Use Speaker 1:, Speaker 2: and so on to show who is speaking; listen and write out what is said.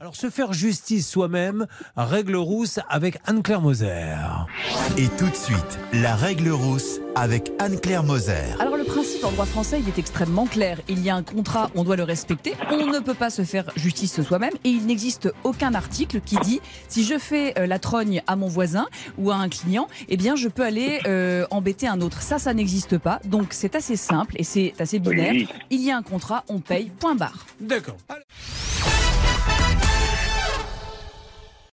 Speaker 1: Alors, se faire justice soi-même, règle rousse avec Anne-Claire Moser.
Speaker 2: Et tout de suite, la règle rousse avec Anne-Claire Moser.
Speaker 3: Alors le principe en droit français, il est extrêmement clair. Il y a un contrat, on doit le respecter. On ne peut pas se faire justice soi-même et il n'existe aucun article qui dit si je fais euh, la trogne à mon voisin ou à un client, eh bien je peux aller euh, embêter un autre. Ça, ça n'existe pas. Donc c'est assez simple et c'est assez binaire. Il y a un contrat, on paye, point barre.
Speaker 1: D'accord. Alors,